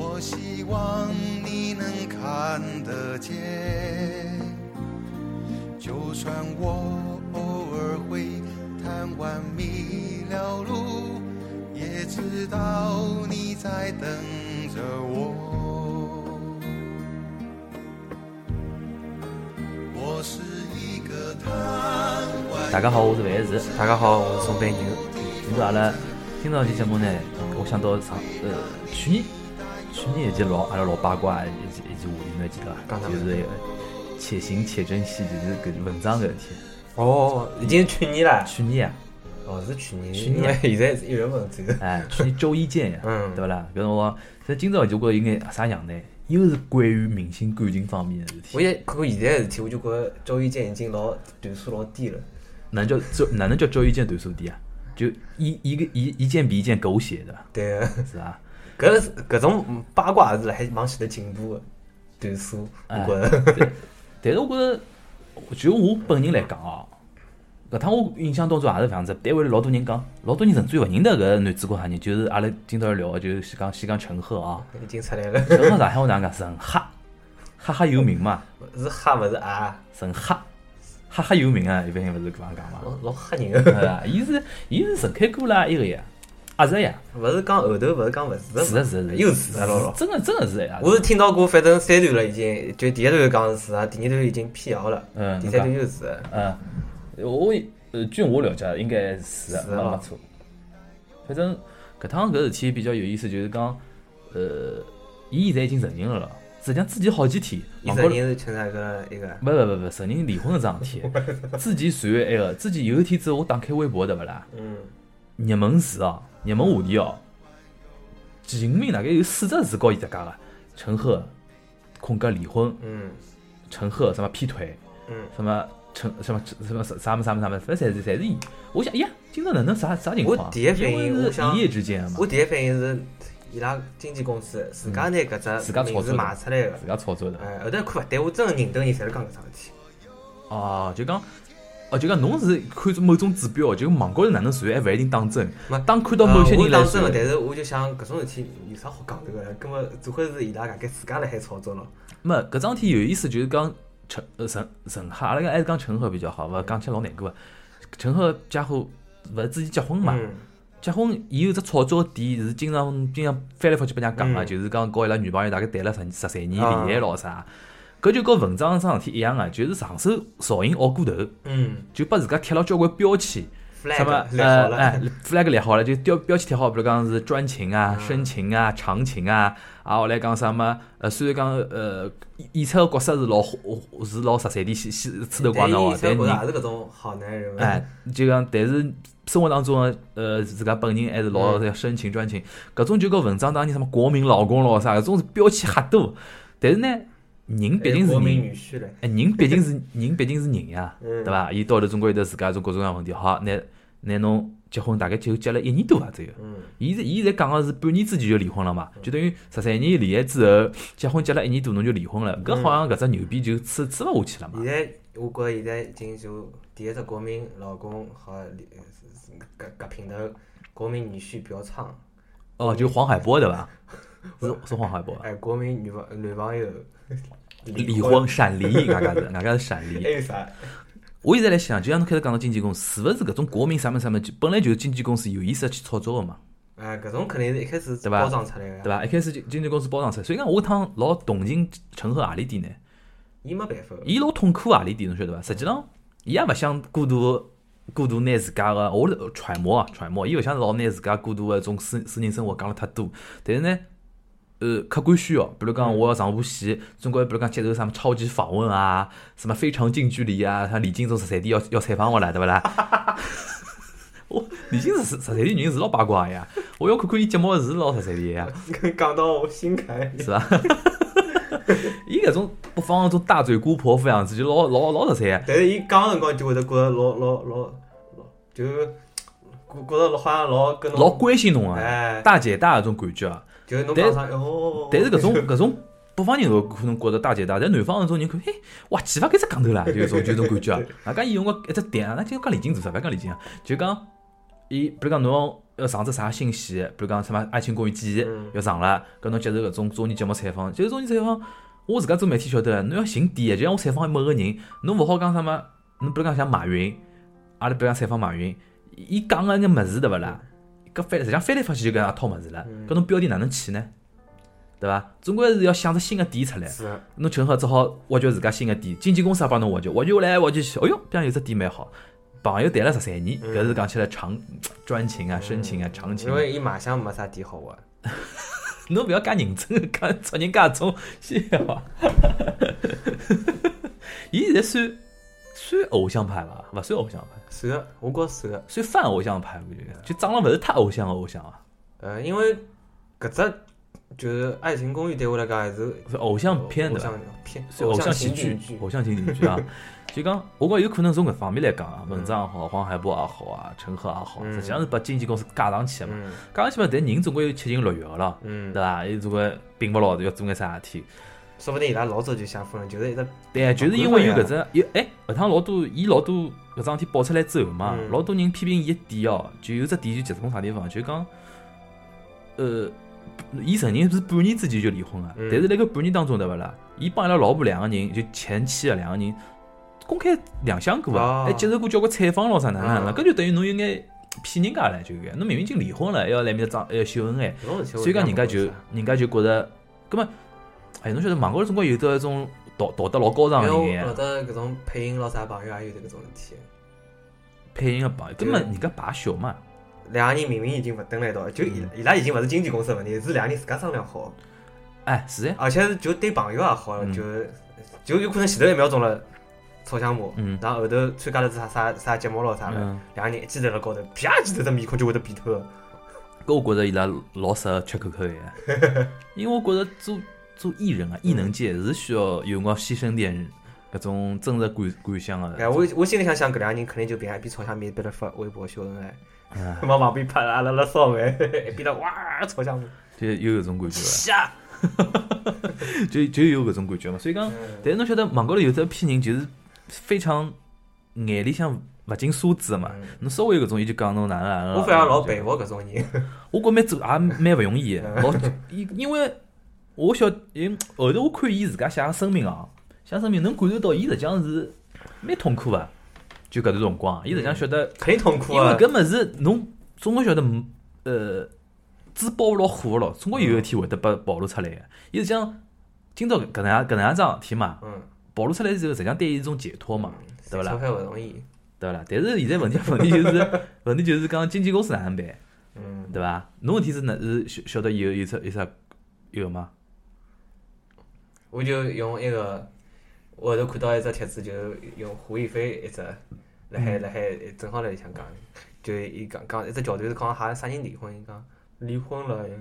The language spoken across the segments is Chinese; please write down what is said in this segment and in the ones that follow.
我希望你能看得见。就算我偶尔会贪玩迷了路，也知道你在等着我。我是一个贪玩。大家好，我是万事。大家好，我是宋北牛。今朝阿拉今朝期节目呢，我想到上呃去年去年一集老阿拉老八卦的一集一集话题，侬还记得伐？讲啥就是那个且行且珍惜，就是搿文章搿事体。哦，已经去年了。去年啊，哦，是去年。去年因为现在是一月份左右。 哎，去年周一见呀，嗯对勿啦？搿辰光，所以今朝就觉着有眼啥样呢？又是关于明星感情方面的事我体。也看过现在的事体，我就觉着交易间已经老段数老低了。哪能叫周哪能叫周一见段数低啊？就一一个一一件比一件狗血的，对，啊是吧？搿是搿种八卦是还往前头进步的，段数哎我觉着。但是我觉着，就我本人来讲哦，搿趟我印象当中也是搿样子。单位里老多人讲，老多人甚至于勿认得搿个男主角啥人，就是阿拉今朝聊的，就是先讲先讲陈赫啊， 已经出来了， 陈赫上海话哪能讲？陈赫，赫赫有名嘛，是吓勿是啊？陈赫，赫赫有名啊，一般人勿是搿样讲嘛。 老老吓人的。对伐？伊是伊是陈开过啦，一个呀，阿石呀，勿是讲后头，勿是讲勿是的嘛，是的，是的，啊又是的老老。真的真的是呀。我是听到过，反正三段了已经，就第一段讲是啊，第二段已经辟谣了，嗯第三段又是的，嗯，我呃，据我了解，应该是是没哦没错。反正搿趟搿事体比较有意思，就是讲，呃，伊现在已经承认了咯。实际上之前好几天，伊网承高头认是吃那个一个，不不不不，承认离婚搿桩事体。之前传埃个，之前有一天子我打开微博对勿啦？嗯，热门词哦，热门话题哦，前面大概有四只词告伊搭讲个，陈赫空格离婚，嗯陈赫什么劈腿，嗯，什么陈什么什么啥么啥么啥么，反正侪是侪是伊。我想，哎呀，今朝哪能啥啥情况啊？我第一反应因为我是想一夜之间的嘛我，第一反应是伊拉经纪公司自家拿搿嗯自只家名炒字作卖的，出来个自，家炒作的。哎，后头看勿对，我真个认得伊侪是讲搿桩事体，哦，就讲。哦，就讲侬是看某种指标，哦就网高头哪能传，还勿一定当真没。当看到某些呃我人来当真个，传，但是我就想搿种事体有啥好讲头个？根本总归是伊拉搿个自家辣海操作咯，没搿桩事体有意思，就是讲陈呃陈陈赫，阿拉讲还是讲陈赫比较好，勿讲起来老难过个。啊陈赫家伙勿是之前结婚嘛？嗯，结婚伊有只炒作点是经常经常翻来覆去被人家讲个，嗯就是讲告伊拉女朋友大概谈了十十三年啊恋爱咯啥，搿就跟文章桩事体一样个，就是上手造型熬过头，嗯就把自家贴了交关标签。什么，flag 立呃好了，哎 flag 列好了，就标标签贴好，比如讲是专情啊、嗯深情啊、长情啊，啊后来讲什么呃，虽然讲呃演出个角色是老是老十三点西西刺头光但脑伊啊，但侪人觉着也是搿种好男人嘛，哎，就讲，但是生活当中的呃，自家本人还是嗯老深情专情，搿种就跟文章当年什么国民老公咯啥，搿种是标签瞎多。但是呢，人毕竟是呃国民人，女婿嘞，哎，人毕竟是 人，毕竟是人呀，嗯对伐？伊到头总归有得自家种各种各样问题。好，拿拿侬结婚大概就结了一年多伐，只有。嗯。伊是伊现在讲个是半年之前就离婚了嘛，就等于十三年恋爱之后，结婚结了一年多，侬就离婚嗯了。搿好像搿只牛逼就吹吹勿下去了嘛现。在我觉着现在已经就第一只国民老公和里是是搿搿平头国民女婿嫖娼，哦，就黄海波对伐？嗯是是黄海波啊伐。哎，国民女朋女朋友离婚，闪离，外加是外加是闪还离。有啥？我现在来想，就像侬开始讲到经纪公司，是勿是搿种国民啥么啥么，就本来就是经纪公司有意识去炒作个嘛，哎，搿种肯定是一开始对吧包装出来的对呀，伐？一开始就经纪公司包上出来，所以讲我趟老同情陈赫何里点呢？伊没办法，伊老痛苦何啊里点，侬晓得伐？实际上，伊也勿想过度过度拿自家个，我是揣摩啊揣摩，伊勿想老拿自家过度个种私私人生活讲了太多，但是呢。呃，客观需要，比如讲我要上部戏，中国比如讲接受什么超级访问啊，什么非常近距离啊，像李菁这种十三点要要采访我了，对不啦？我李菁是十十三点人是老八卦的呀，我要看看伊节目是老十三点呀，讲到我心坎里。是吧？伊搿种北方搿种大嘴姑婆夫样子，就老老老实在。但是伊讲个辰光就会得觉着老老老老，就觉觉着好像老跟侬老关心侬啊，哎，大姐大搿种感觉啊。就是侬但讲啥哦，但是搿种搿种北方人可能觉着大姐大，但南方搿种人看，嘿，哇，去伐搿只讲头啦，就有种就有种感觉啊。外加伊用个一只点啊，那就讲李静做啥？勿要讲李静啊，就讲伊，比如讲侬要上只啥新戏，比如讲什么《爱情公寓记忆》嗯要上了，搿侬接受搿种综艺节目采访，接受综艺采访，我自家做媒体晓得，侬要寻点，就像我采访某个人，侬勿好讲什么，侬比如讲像马云，阿拉比如讲采访马云，伊讲个那物事对勿啦？搿翻实际上翻来翻去就搿样一套物事了，搿侬标题哪能起呢？对伐？总归是要想着新个点出来，是的，侬陈赫只好挖掘自家新个点，经纪公司也帮侬挖掘，挖掘下来挖掘去，哎哟，这样有只点蛮好。朋友谈了十三年，搿是讲起来长专情啊、深情啊、长情因啊。为伊卖相没啥点好个，侬勿要介认真，讲出人家种谢伐？伊现在算算偶像派伐？勿算偶像派，算个，我觉着算个，算泛偶像派，我觉得就长了勿是太偶像个偶像啊，呃，因为搿只就是《爱情公寓》对我来讲还是是偶像片偶对伐？像片是偶像喜剧情景，偶像情景剧啊。就讲，我讲有可能从搿方面来讲啊，文章也好，黄海波也好啊，陈赫也好，嗯实际上是把经纪公司架上去的嘛。嗯架上去嘛，但人总归有七情六欲个咯，对嗯，伐？伊总归并勿牢要做眼啥事体。说不定伊拉老早就想分了，就是一只对啊，就是因为有搿只有哎，搿趟老多伊老多搿桩事体爆出来之后嘛，嗯老多人批评伊一点哦，就有只点就集中啥地方，就讲，呃，伊承认是半年之前就离婚了，嗯但是辣搿半年当中对勿啦，伊帮伊拉老婆两个人就前妻啊两个人公开亮相过啊啊，还接受过交关采访咯啥哪能啊了，搿就等于侬有眼骗人家了，就有眼，侬明明已经离婚了，还要来面搭装还要秀恩爱，搿种事体我所以讲，人真家的就没觉着人家就觉着，葛么，哎，侬晓得网高头总归有得一种道道德老高尚因的为人哎我老得搿种配音老啥朋友也有得搿种事体，配音个朋友，根本人家把小嘛，两个人明明已经勿蹲辣一道，就嗯伊伊拉已经勿是经纪公司的问题，是两个人自家商量好，哎，是呀，而且是就对朋友也好，嗯就就有可能前头一秒钟了吵相骂嗯，然后后头参加了啥啥啥节目咯啥了，嗯，两个人一记头辣高头，啪一记头这面孔就会得变脱的，搿我觉着伊拉老适合吃口口 盐，因为我觉着做做艺人嗯啊，艺能界是需要有辰光牺牲点搿种真实感感想哎，个。我我心里想想，搿两个人肯定就边一边吵相骂，一边辣发微博秀恩爱，哎 往旁边拍阿拉辣烧饭， 一边辣哇吵相骂。就有搿种感觉了，下，就就有搿种感觉嘛。所以讲，嗯但是侬晓得网高头有得一批人就是非常眼里向勿进沙子的嘛嗯，侬稍微有搿种伊就讲侬哪能哪能了。我反而老嗯就佩服搿种 人，我觉蛮走也蛮勿容易的，老因因为我晓因后头我看伊自家写个声明啊，写声明能感受到伊实际上是蛮痛苦个，就搿段辰光，伊实际上晓得，肯定嗯痛苦因为啊。搿物事侬总归晓得，嗯呃，纸包勿牢火个咯，总归有一天会得被暴露出来个。伊实际上今朝搿搿能样搿能样桩事体嘛，嗯，暴露出来之后，实际上对伊是一种解脱嘛，嗯对勿啦钞？票勿容易。对勿啦？但是现在问题问题就是 问题就是讲经纪公司哪能办？嗯，对伐？侬问题是哪是晓晓得有有啥有啥有吗？我就用一个，我后头看到一只帖子，就用胡一菲一只，辣嗯海辣海正好辣里向讲，就伊讲讲一只桥段是讲啥啥人离婚，伊讲离婚了，伊讲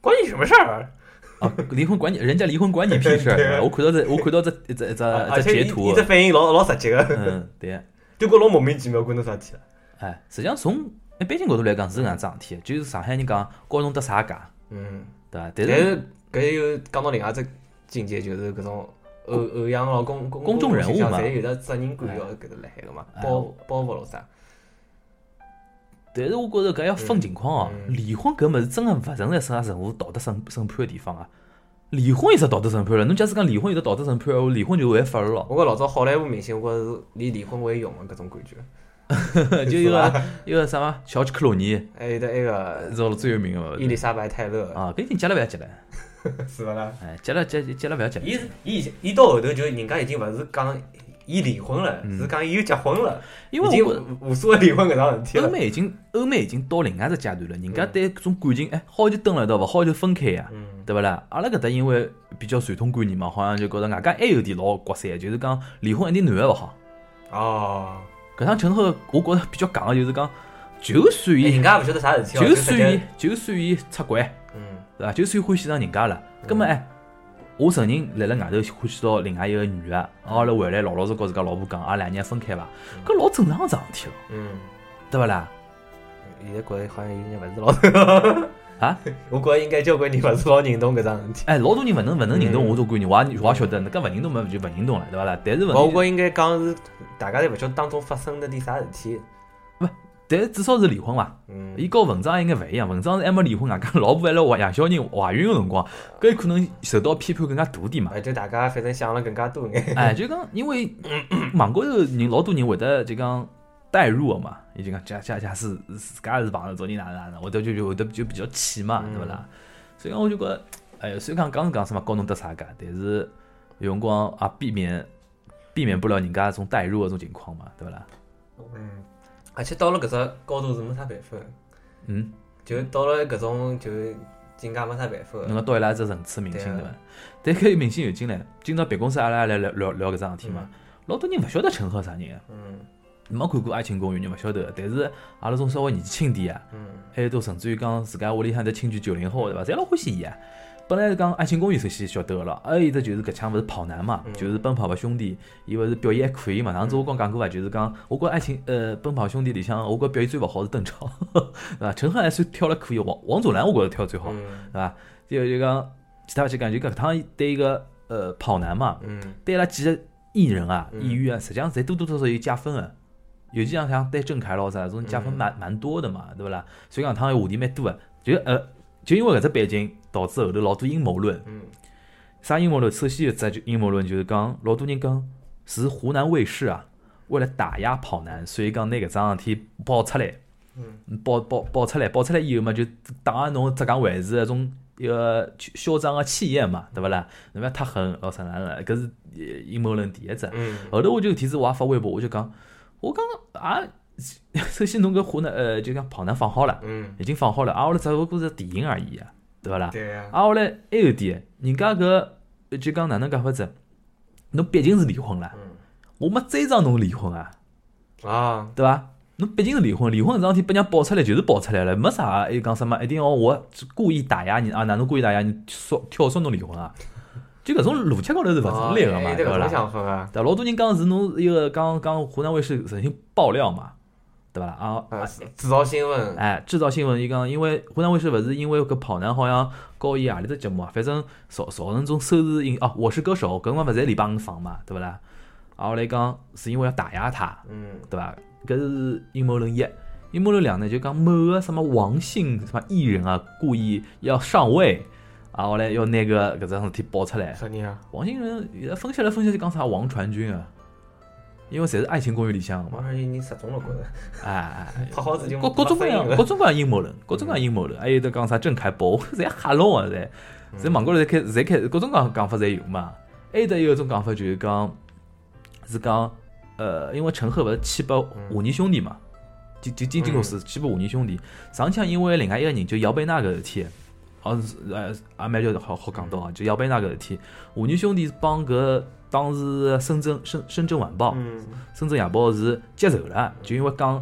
关你什么事儿？啊，离婚管你，人家离婚管你屁事儿！对吧我看到这，我看到这一只一只而一只且呃截伊伊图啊只，反应老老直接个，嗯，对， 就觉得老莫名其妙，关侬啥事体啊？哎，实际上从一般性角度来讲是搿样桩事体，就是上海人讲高侬搭啥价，嗯。对伐？但但是是搿又讲到另外一只境界，就是搿种偶偶像咯，公公哦公众人物嘛侪有得责任感要搿搭辣海个嘛，哎包包袱咯啥，但是我觉着搿要分情况哦，嗯离婚搿物事真个勿存在啥任何道德审审判个地方啊。离婚有啥道德审判了？侬假使讲离婚有得道德审判，话，离婚就违法了咯。 我觉得老早好莱坞明星，我觉得是连离婚为荣个搿种感觉，就一个一个啥嘛，乔治克鲁尼，还有得埃个是最有名个伊嘛。丽莎白泰勒，啊，搿已经结了勿要结了，是勿啦？哎，结了结结了勿要结了。伊是伊已伊到后头就人家已经勿是讲伊离婚了，是讲伊又结婚了，嗯因为我已经觉得无无所谓离婚搿桩事体欧了。美已经欧美已经到另外一只阶段了，人家对搿种感情，哎，好就蹲辣一道，勿好就分开呀，嗯对勿啦？阿拉搿搭因为比较传统观念嘛，好像就觉着外加还有点老国三，就是讲离婚一定男个勿好。哦，搿趟陈赫，我觉着比较戆个就是讲，就算人伊，家勿晓得啥事体哦，就直算接伊，就算伊出轨，嗯对伐？就算欢喜上人家了，葛末哎，我承认辣辣外头欢喜到另外一个女个，阿拉回来老老实告自家老婆讲，阿拉两人分开伐，搿老正常个事体了，嗯，对勿啦？现在觉着好像有点勿是老，啊， 我觉着应该交关人勿是老认同搿桩事体。哎，老多人勿能勿能认同嗯我种观念，我也我也晓得，那搿勿认同嘛就勿认同了，对伐啦？但是我问题，觉着应该讲是大家侪勿晓得当中发生了点啥事体。但是至少是离婚伐？嗯，伊告文章应该勿一样，文章是还没离婚，外加老婆还辣怀杨小人怀孕个辰光，搿可能受到批判更加大点嘛。哎，就大家反正想了更加多 眼。哎，就讲因为 网高头人老多人会得就讲代入个嘛，伊就讲假假假是自家是碰着昨天哪能哪能，会得就就会得就比较气嗯嘛，对勿啦？所以讲我就觉得，哎哟，虽然讲讲是讲什么教侬得啥个，但是有辰光也避免避免不了人家这种代入个种情况嘛，对勿啦？嗯，而且到了搿只高度是没啥办法的，嗯，就到了搿种就境界没啥办法的。能够到伊拉只层次明星啊对啊对伐？但搿明星有进来，今朝办公室阿拉也来聊聊聊搿桩事体嘛，老多人勿晓得陈赫啥人啊，嗯没看过《爱情公寓》，人勿晓得，但是阿拉种稍微年纪轻点啊。嗯还有都甚至于讲自家屋里向的亲眷九零后对伐？侪老欢喜伊啊。本来是讲《爱情公寓》首先晓得个了，还有一只就是搿腔勿是跑男嘛，嗯就是《奔跑吧兄弟》，伊勿是表演还可以嘛。上次我刚讲过伐，就是讲我觉得爱情呃《奔跑兄弟》里向，我觉得表现最勿好是邓超， 对伐？陈赫还算跳了可以，王王祖蓝我觉着跳得最好，嗯对伐？就就讲其他勿去讲，就讲搿趟对一个呃跑男嘛，嗯对拉几个艺人啊、嗯演员啊，实际上侪多多少少有加分的。尤其像像对郑恺咯啥，这种加分蛮蛮多的嘛，对不啦？所以讲，趟有话题蛮多的。就呃，就因为搿只背景，导致后头老多阴谋论。嗯啥阴谋论？首先一只就阴谋论就是讲，老多人讲是湖南卫视啊，为了打压跑男，所以讲拿搿桩事体爆出来，嗯爆爆爆出来，爆出来以后嘛，就打侬浙江卫视那种一个嚣张的气焰嘛，对不啦？侬勿要太狠，老啥哪能？搿是呃阴谋论第一只。嗯后头我就有提示我也发微博，我就讲，我讲啊，首先侬搿湖南呃，就讲跑男放好了，嗯，已经放好了，啊，我来只不过是电影而已啊，对勿啦？对呀。啊，我来还有一点，人家搿呃就讲哪能讲法子，侬毕竟是离婚了，嗯我没追上侬离婚啊，啊，对伐？侬毕竟是离婚，离婚搿桩事体被人家爆出来就是爆出来了，没啥还讲什么一定要我故意打压你啊，哪能故意打压你，说跳说侬离婚啊？就搿种逻辑高头是勿成立个嘛，对伐啦？想法啊，对吧，老多人讲是侬一个讲讲湖南卫视曾经爆料嘛，对伐？啊，啊，制造新闻，哎，制造新闻，伊讲因为湖南卫视勿是因为搿跑男好像告伊何里只节目啊，反正造造成种收视影哦，我是歌手搿辰光勿是礼拜五放嘛，对勿啦？啊，后来讲是因为要打压他，嗯对伐？搿是阴谋论一，阴谋论两呢，就讲某个什么王姓什么艺人啊，故意要上位，啊，后来要拿搿搿桩事体爆出来，啥人啊？王星人现在分析来分析去讲啥王传君啊，因为侪是《爱情公寓》里向的嘛马，上已经失踪了，觉着哎哎，哎拍好自己各各种各样没声音了嗯各种各样阴谋论，各种各样阴谋论，还有得讲啥郑恺 博，侪瞎弄啊，侪，嗯侪网高头侪开侪开各种各样讲法侪有嘛，还有得有一种讲法就是讲，是讲，呃，因为陈赫勿是去拨嗯华谊兄弟嘛，就就经纪公司去拨华谊兄弟，上腔因为另外一个人就姚贝娜搿事体。好像是呃，阿蛮就好好讲到啊，就姚贝娜搿事体，华谊兄弟是帮搿当时的深圳深深圳晚报，嗯深圳夜报是接受了，就因为讲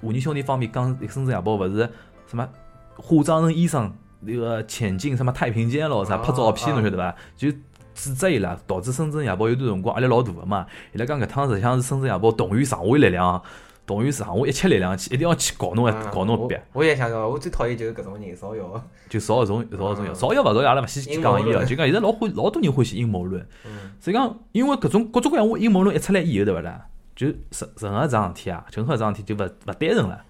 华谊兄弟方面讲深圳夜报勿是什么化妆成医生那个潜进什么太平间咯啥啊拍照片，啊侬晓得伐？就指责伊拉，导致深圳夜报有段辰光压力老大个嘛。伊拉讲搿趟实际上是深圳夜报动员上海力量，动员上海一切力量去，一定要去搞侬个啊搞侬个逼，我我也想到，我最讨厌就是搿种人造谣。就造一种造一种啊造谣勿造谣，阿拉勿先去阴谋讲伊了。论就讲现在老欢老多人欢喜阴谋论。嗯所以讲，因为搿种各种各样阴谋论一出来以后，对勿啦？就陈陈赫桩事体啊，陈赫桩事体就勿勿单纯了，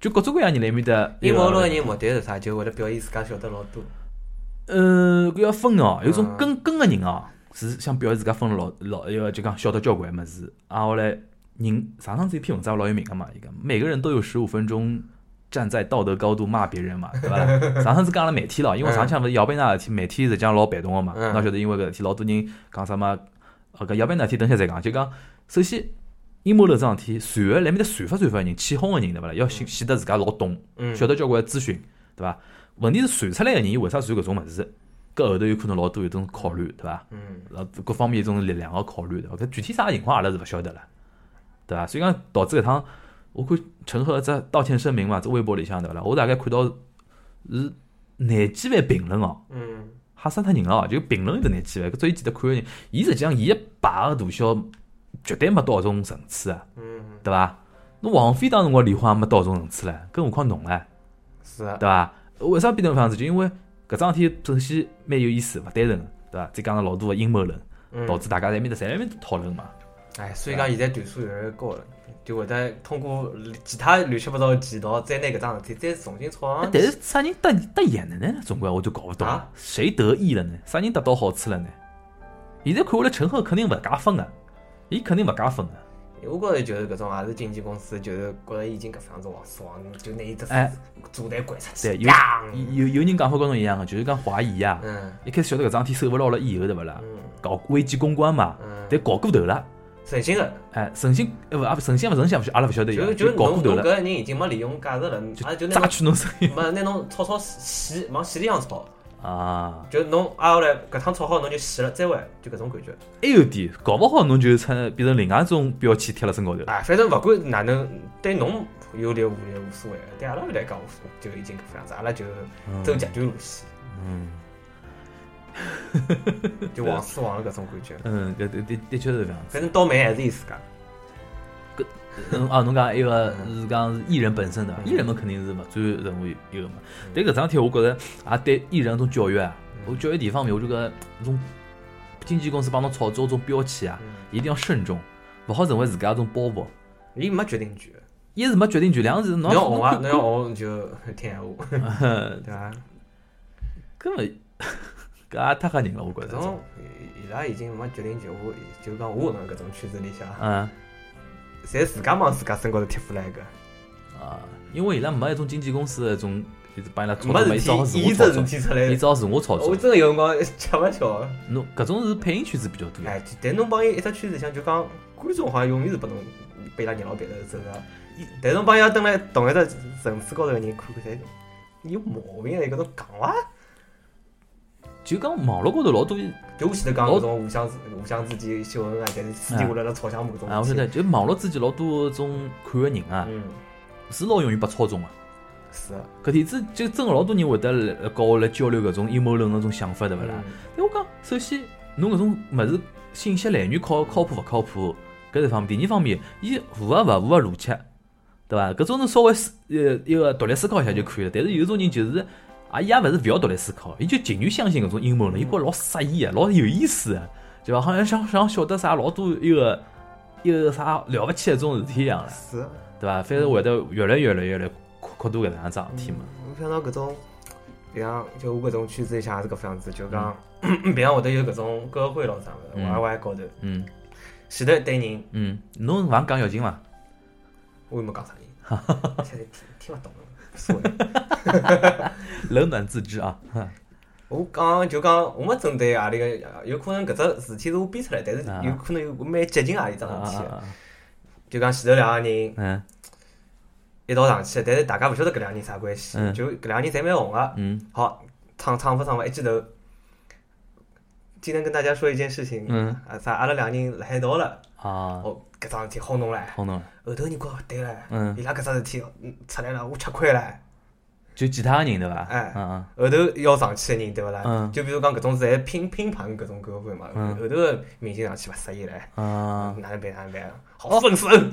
就各种各样人来面的阴谋论的人目的是啥？就为了表现自家晓得老多。呃，搿要分哦，有种嗯跟跟个人哦，是想表现自家分老老一个，就讲晓得交关物事。啊，后来人上上次有篇文章老有名个嘛，伊讲每个人都有十五分钟站在道德高度骂别人嘛，对伐？上上次讲了媒体咯，因为上腔勿是姚贝娜事体，媒体实际上老被动个嘛。嗯侬晓得，因为搿事体老多人讲啥嘛，呃，搿姚贝娜事体等歇再讲，就讲首先。阴谋论桩事体，传个来面搭传发传发个人，起哄个人对勿啦？要显显得自家老懂，嗯，晓得交关资讯，对伐？问题是传出来个人，伊为啥传搿种物事？搿后头有可能老多有种考虑，对伐？嗯然后各方面有种力量个考虑的，搿具体啥情况阿拉是勿晓得了，对伐？所以讲导致搿趟，我看陈赫只道歉声明嘛，只微博里向对伐啦？我大概看到是廿几万评论哦，嗯吓死脱人了，就评论有得眼去了。搿只伊记得看个人，伊实际上伊个排个大小绝对没到搿种层次啊，嗯，对伐？侬王菲当辰光离婚也没到搿种层次唻，更何况侬唻，是啊，对伐？为啥变成搿样子？就因为搿桩事体首先蛮有意思，勿单纯，对伐？再加上老多个阴谋论，嗯导致大家在埃面搭侪辣埃面搭讨论嘛。哎，所以讲现在段数越来越高了，就会得通过其他乱七八糟的渠道再拿搿桩事体再重新炒上去。但是啥人得得闲了呢？总归我就搞不懂啊，谁得意了呢？啥人得到好处了呢？现在看下来，陈赫肯定勿加分啊，伊肯定勿加分啊。我觉着就是搿种也是经纪公司，就是觉着已经搿副样子王爽，就拿伊只哎炸弹掼出对，去，有砰！有有人讲法跟侬一样个，就是讲怀疑啊。嗯一开始晓得搿桩事体收勿牢了以后，对勿啦？嗯搞危机公关嘛，嗯，但搞过头了。省心个，哎，诚信呃勿啊勿诚信勿诚信，勿晓得阿拉勿晓得就有，就搞过侬头侬搿了，个人已经没利用价值了，阿拉就拿榨侬取侬生意没拿侬炒炒洗，往洗里向炒，啊。就侬挨下来搿趟炒好侬就洗了再还，就搿种感觉。还有点，搞勿好侬就成变成另外一种标签贴辣身高头了。哎，反正勿管哪能，对侬有利无利无所谓，对阿拉来讲无所谓，就已经搿副样子，阿拉就走极端路线，嗯。就王死亡了搿种感觉。嗯，搿的的的确是搿样。反正倒霉还是伊自家，嗯啊，侬讲埃个是讲是艺人本身的，艺人们肯定是勿最任务一个嘛。嗯但搿桩事体，我觉着也对艺人种教育啊，我教育地方面，我就觉种经纪公司帮侬炒作种标签啊，嗯一定要慎重，勿好成为自家种包袱。伊没决定权。一是没决定权，两是侬侬要 红啊，侬侬要红就 听闲话， 呃对伐？根本 搿也太吓人了，我觉搿着。种伊拉已经没决定权，我就讲我们搿种圈子里向，嗯侪自家往自家身高头贴出来个，啊，因为伊拉没一种经纪公司的一种，就是帮伊拉炒作，没伊只好事自体，我伊炒只作事，体出伊来，只好自我嗯炒我作。真个有辰光吃勿消。侬搿种是配音圈子比较多呀。哎，但侬帮伊一只圈子里向就讲，观众好像永远是拨侬被伊拉捏到别头走个，但侬帮伊拉蹲辣同一只层次高头个人看看侪有毛病啊！搿种讲伐？就讲网络高头老多啊就我前头讲搿种互相之互相之间秀恩爱，但是私底下辣辣吵相骂搿种。啊，我晓得，。就网络之间老多种看个人啊，嗯，是老容易被操纵啊。是啊。搿点子就真个老多人会得来跟我来交流搿种阴谋论搿种想法，对勿啦嗯？但我讲，首先侬搿种物事信息来源靠靠谱勿靠谱，搿是一方面。第二方面，伊啊符合勿符合逻辑，对伐？搿种侬稍微思呃一个独立思考一下就可以了。但是有种人就是啊，伊也勿是勿要独立思考，伊就情愿相信搿种阴嗯谋论，伊觉着老色一啊，老有意思啊，对伐？好像想想晓得啥老多一个一个啥了勿起的种事体一样了，是啊。对伐？反正会得越来越来越来扩扩大搿能样子事体嘛。我想到搿种，比方就我搿种圈子里向也是搿副样子，就讲， 比方会得有搿种歌会咯啥物事嗯，Y Y 高头，嗯前头一堆人，嗯，侬勿讲讲要紧伐？我也没讲啥 人，现在听听勿懂，无所谓。冷暖自知 啊。我讲就讲，我没针对阿里个，有可能搿只事体是我编出来，但是啊有可能有蛮接近阿里啊桩啊事体的。啊！就讲前头两个人 嗯一道上去的，但是大家勿晓得搿两个人啥关系嗯，就搿两个人侪蛮红个。嗯。好，唱唱伐唱伐，一记头。今天跟大家说一件事情，嗯啊啥，阿拉两个人辣海一道了，啊，哦，搿桩事体轰动了，好侬，后头人觉得勿对了，嗯伊拉搿桩事体嗯出来了，我吃亏了。就其他个人对伐？哎嗯后头要上去的人对勿啦？嗯就比如讲搿种侪拼拼盘搿种歌会嘛，嗯后头个明星上去勿适意了，嗯哦啊，哪能办哪能办？好分身，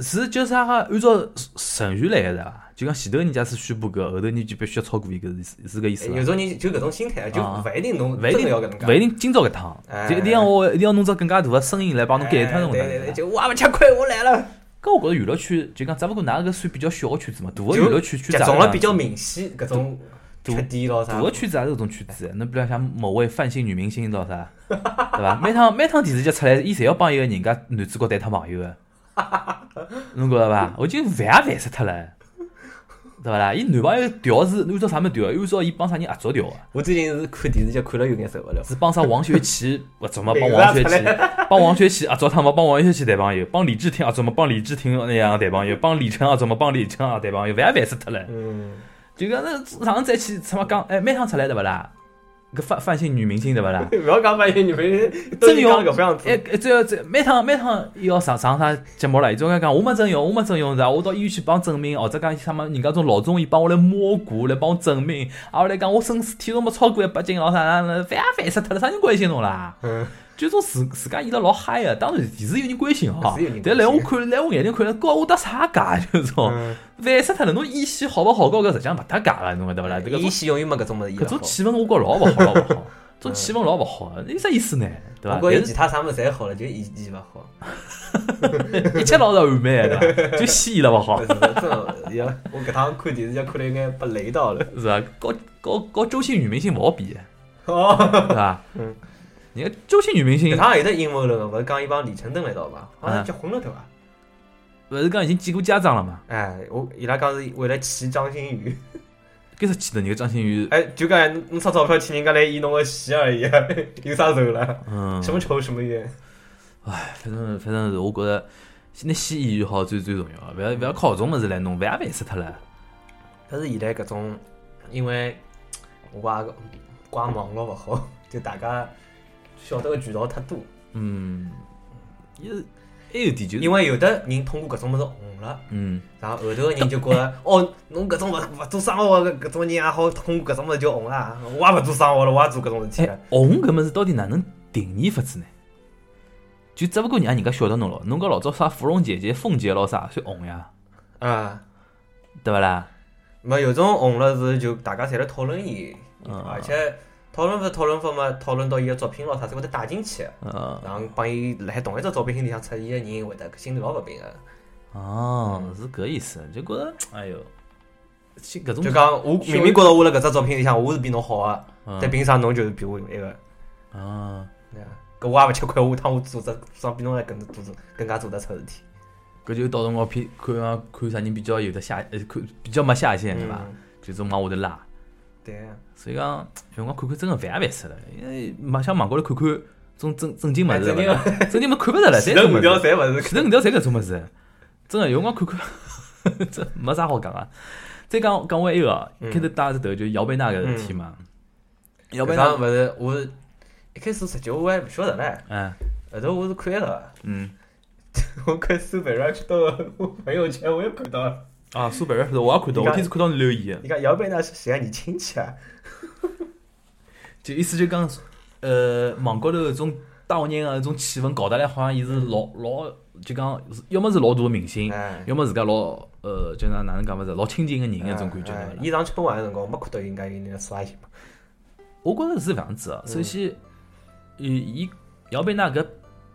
是就是啥个按照程序来个是伐？就讲前头人家是宣布搿，后头人就必须要超过伊搿是是搿意思有伐？种人就搿种心态，就啊勿一定侬勿一真定的要搿能勿一介。定今朝搿趟，哎就一定要我一定要弄只更加大个声音来帮侬改脱哎侬对对对，搿就我也勿吃亏，我来了。搿我觉着娱乐圈就讲，只勿过㑚搿算比较小个圈子嘛，大个娱就乐圈圈集子也中是了搿比较样子明显搿种大缺点咯啥大。个圈子也是搿种圈子，侬比如像某位范姓女明星咯啥， 对伐？每趟每趟电视剧出来，伊侪要帮一个人家男主角谈脱朋友个，侬觉着伐？我已经烦也烦死脱了，对伐啦？伊男朋友调是按照啥物事调啊的？按照伊帮啥人合作调个？我最近是看电视剧看了有眼受勿了。是帮啥王学圻合作嘛？帮王学每个人圻，帮王学圻合作他嘛？帮王学圻谈朋友，帮李治廷合作嘛？帮李治廷那样谈朋友，帮李晨合作嘛？帮李晨啊也 谈朋友，烦也烦死脱了。嗯，就讲那上次再去什么讲，哎，每趟出来对勿啦？搿范范姓女明星对勿 啦？勿要讲半夜女明星，真有讲搿副样哎子，哎，最后这每趟每趟伊要上上啥节目了，伊总该讲我没整容，我没整容是吧？我到医院去帮证明，或者讲什么人家种老中医帮我来摸骨来帮我证明，啊我来讲我身体重没超过一百斤，老啊啥啥的，烦也烦死脱了，啥人关心侬啦？嗯，就种自自家演得老嗨个，当然是有人关心哦是有人关心，但来我看，来我眼里看，搞我搭啥假就是种，嗯烦死脱了。侬演戏好勿好，搞搿实际上勿搭界了，侬晓得勿啦？搿伊种戏永远没搿种物事演搿得种好。气氛我觉老勿好，老 勿好，嗯种气氛老勿好，有啥意思呢？对伐？我觉但伊是其他啥物事侪好了，就演技勿好。一切老是完美的，对伐？ 就戏演了勿好是，的，真的，要我搿趟看电视剧看了应该被雷到了。 是伐？搞搞搞周星女明星勿好比，哦，对伐？嗯，你看周星女明搿星趟有得阴谋论个，勿是讲伊帮李成栋来道伐？好像嗯结婚了对伐？勿是讲已经见过家长了嘛？哎，我伊拉讲是为了气张馨予， 搿是记得人家张馨予，哎，就讲侬侬出钞票请人家来演侬个戏而已， 有啥仇啦？嗯，什么仇什么怨？反正反正是我觉着，那戏演员好最最重要，啊勿要勿要靠搿种物事来弄，万也烦死脱了。但是现在搿种，因为我也怪网络勿好，就大家晓得个渠道太多，嗯，也是还有点就是，因为有的人通过搿种物事红了。嗯，然后后头个人就觉着， 哦，侬搿种勿勿做生活个搿种人也好，通过搿种物事就红啦。我也勿做生活了，我也做搿种事体哎了。，红搿物事到底哪能定义法子呢？就只不过让人家晓得侬了，侬讲老早啥芙蓉姐姐、凤姐咯啥算红呀，啊，对勿啦？没有种红了是就大家侪辣讨论伊，嗯而且讨论法讨论法嘛，讨论到伊个作品咯啥，侪会得带进去。呃，然后帮伊辣海同一只作品里向出现个人会得心里老勿平衡。嗯哦，是搿意思，就觉着，哎哟，其搿种就讲我明明觉着我辣搿只作品里向我是比侬好个，嗯但凭啥侬就是比我那个？啊，对啊，搿我也勿吃亏，我趟我做只做比侬还更做更加做得出事体，搿就到辰光偏看啊看啥人比较有的下，呃，看比较没下限对伐嗯？？就总往下头拉。对啊。所以讲，有辰光看看真个烦也烦死了，因为网像网高头看看种正正经物事，哎正经勿是正经物事看 勿着了，侪前 是头搿五物条事，侪勿前是，头五条侪搿种物事，真个有辰光看看， 这没啥好讲啊。再讲讲回埃个，啊嗯开头带着头就是姚贝娜搿事体嘛，姚贝搿娜趟，勿是我是一开始实际我还勿晓得唻，嗯后头我是看了，啊嗯， 我看苏北瑞去到我朋友圈我也看到了，啊，苏北瑞我也看到，你我看天天看到留言，你看姚贝娜是谁啊？你亲戚啊？就意思就讲，呃，网高头搿种大陆人个搿种气氛搞得来，好像伊是老老就讲，要么是老大个明星。哎，要么自家老呃，就哪哪能讲法子，老亲近个人啊搿种感觉哎对勿啦伊上春晚个辰光，没看到应该有人来刷伊嘛？我觉着是搿样子个，首先，呃伊伊姚贝娜搿